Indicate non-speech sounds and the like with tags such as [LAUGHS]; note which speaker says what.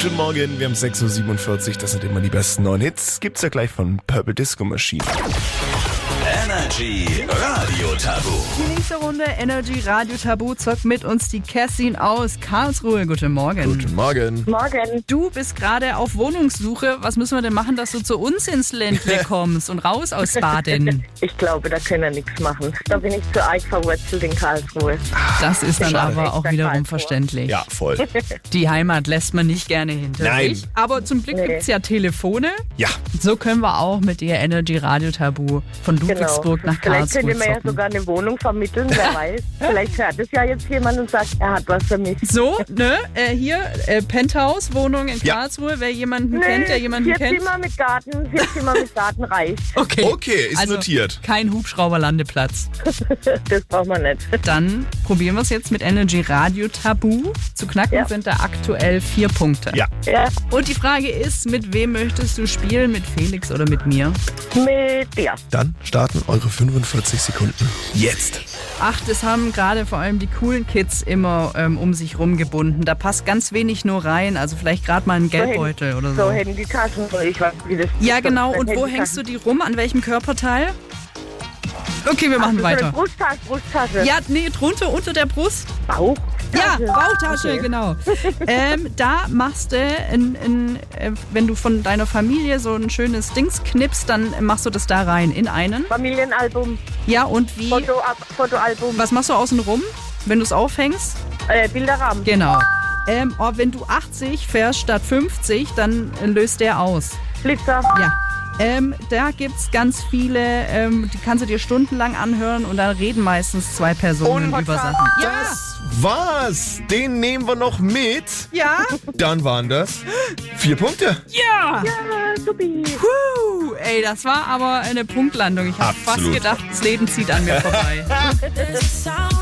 Speaker 1: Guten Morgen, wir haben 6.47 Uhr, das sind immer die besten neuen Hits. Gibt's ja gleich von Purple Disco Machine.
Speaker 2: Energy Radio Tabu.
Speaker 3: Die nächste Runde Energy Radio Tabu zockt mit uns die Kerstin aus Karlsruhe. Guten Morgen.
Speaker 1: Guten Morgen.
Speaker 4: Morgen.
Speaker 3: Du bist gerade auf Wohnungssuche. Was müssen wir denn machen, dass du zu uns
Speaker 1: [LAUGHS]
Speaker 3: ins Ländle kommst und raus aus Baden?
Speaker 4: Ich glaube, da können wir nichts machen. Da bin ich zu arg verwurzelt in Karlsruhe.
Speaker 3: Das ist dann
Speaker 1: Schade.
Speaker 3: aber auch wiederum
Speaker 4: Karlsruhe.
Speaker 3: verständlich.
Speaker 1: Ja, [LAUGHS] voll.
Speaker 3: Die Heimat lässt man nicht gerne hinter
Speaker 1: Nein.
Speaker 3: sich. Aber zum Glück
Speaker 4: Nee.
Speaker 3: gibt's ja Telefone.
Speaker 1: Ja,
Speaker 3: So können wir auch mit dir Energy Radio Tabu von Ludwigsburg nach
Speaker 4: Genau. Vielleicht
Speaker 3: Karlsruhe
Speaker 4: könnte man ja
Speaker 3: zocken.
Speaker 4: sogar eine Wohnung vermitteln,
Speaker 3: [LAUGHS]
Speaker 4: wer weiß. Vielleicht hört es ja jetzt jemand und sagt, er hat was für mich.
Speaker 3: So, ne? Äh, hier, äh, Penthouse-Wohnung in
Speaker 1: Ja.
Speaker 3: Karlsruhe. Wer jemanden
Speaker 4: Nö,
Speaker 3: kennt, der jemanden
Speaker 4: vier
Speaker 3: kennt.
Speaker 4: Zimmer mit Garten, vier Zimmer mit Garten reicht.
Speaker 3: Okay.
Speaker 1: Okay, ist
Speaker 3: also
Speaker 1: notiert.
Speaker 3: Kein Hubschrauberlandeplatz.
Speaker 4: Das braucht man nicht.
Speaker 3: Dann probieren wir es jetzt mit Energy Radio Tabu. Zu knacken
Speaker 4: Ja.
Speaker 3: sind da aktuell vier Punkte.
Speaker 1: ja.
Speaker 4: Ja,
Speaker 3: Und die Frage ist, mit wem möchtest du spielen? Mit Felix oder mit mir?
Speaker 4: mit dir.
Speaker 1: Dann starten eure 45 Sekunden jetzt.
Speaker 3: Ach, das haben gerade vor allem die coolen Kids immer ähm, um sich rumgebunden. Da passt ganz wenig nur rein. Also vielleicht gerade mal ein Geldbeutel oder
Speaker 4: So
Speaker 3: so.
Speaker 4: hängen die Taschen. Ich weiß, wie das
Speaker 3: Ja, genau. Und wo hängst du die rum? An welchem Körperteil? Okay, wir machen weiter.
Speaker 4: Brusttasche, Brusttasche.
Speaker 3: Ja, nee, drunter, unter der Brust.
Speaker 4: Bauch.
Speaker 3: Ja, Bauchtasche,
Speaker 4: Okay.
Speaker 3: [LAUGHS] genau. ähm, da machst du, in, in, äh, wenn du von deiner Familie so ein schönes Dings knippst, dann machst du das da rein, in einen.
Speaker 4: Familienalbum,
Speaker 3: Ja, und wie,
Speaker 4: Foto, Fotoalbum,
Speaker 3: was machst du außen rum, wenn du es aufhängst?
Speaker 4: äh, Bilderrahmen.
Speaker 3: Genau. Ähm, oh, wenn du 80 fährst statt 50, dann äh, löst der aus.
Speaker 4: Flitzer.
Speaker 3: Ja. Ähm, da gibt's ganz viele, ähm, die kannst du dir stundenlang anhören und da reden meistens zwei Personen über Sachen. Ja,
Speaker 1: Das war's. Den nehmen wir noch mit.
Speaker 3: ja,
Speaker 1: Dann waren das vier Punkte.
Speaker 3: ja.
Speaker 4: Ja, supi.
Speaker 3: Puh, ey, das war aber eine Punktlandung. Ich habe fast
Speaker 1: Absolut.
Speaker 3: gedacht, das Leben zieht an mir vorbei.
Speaker 5: There's a sound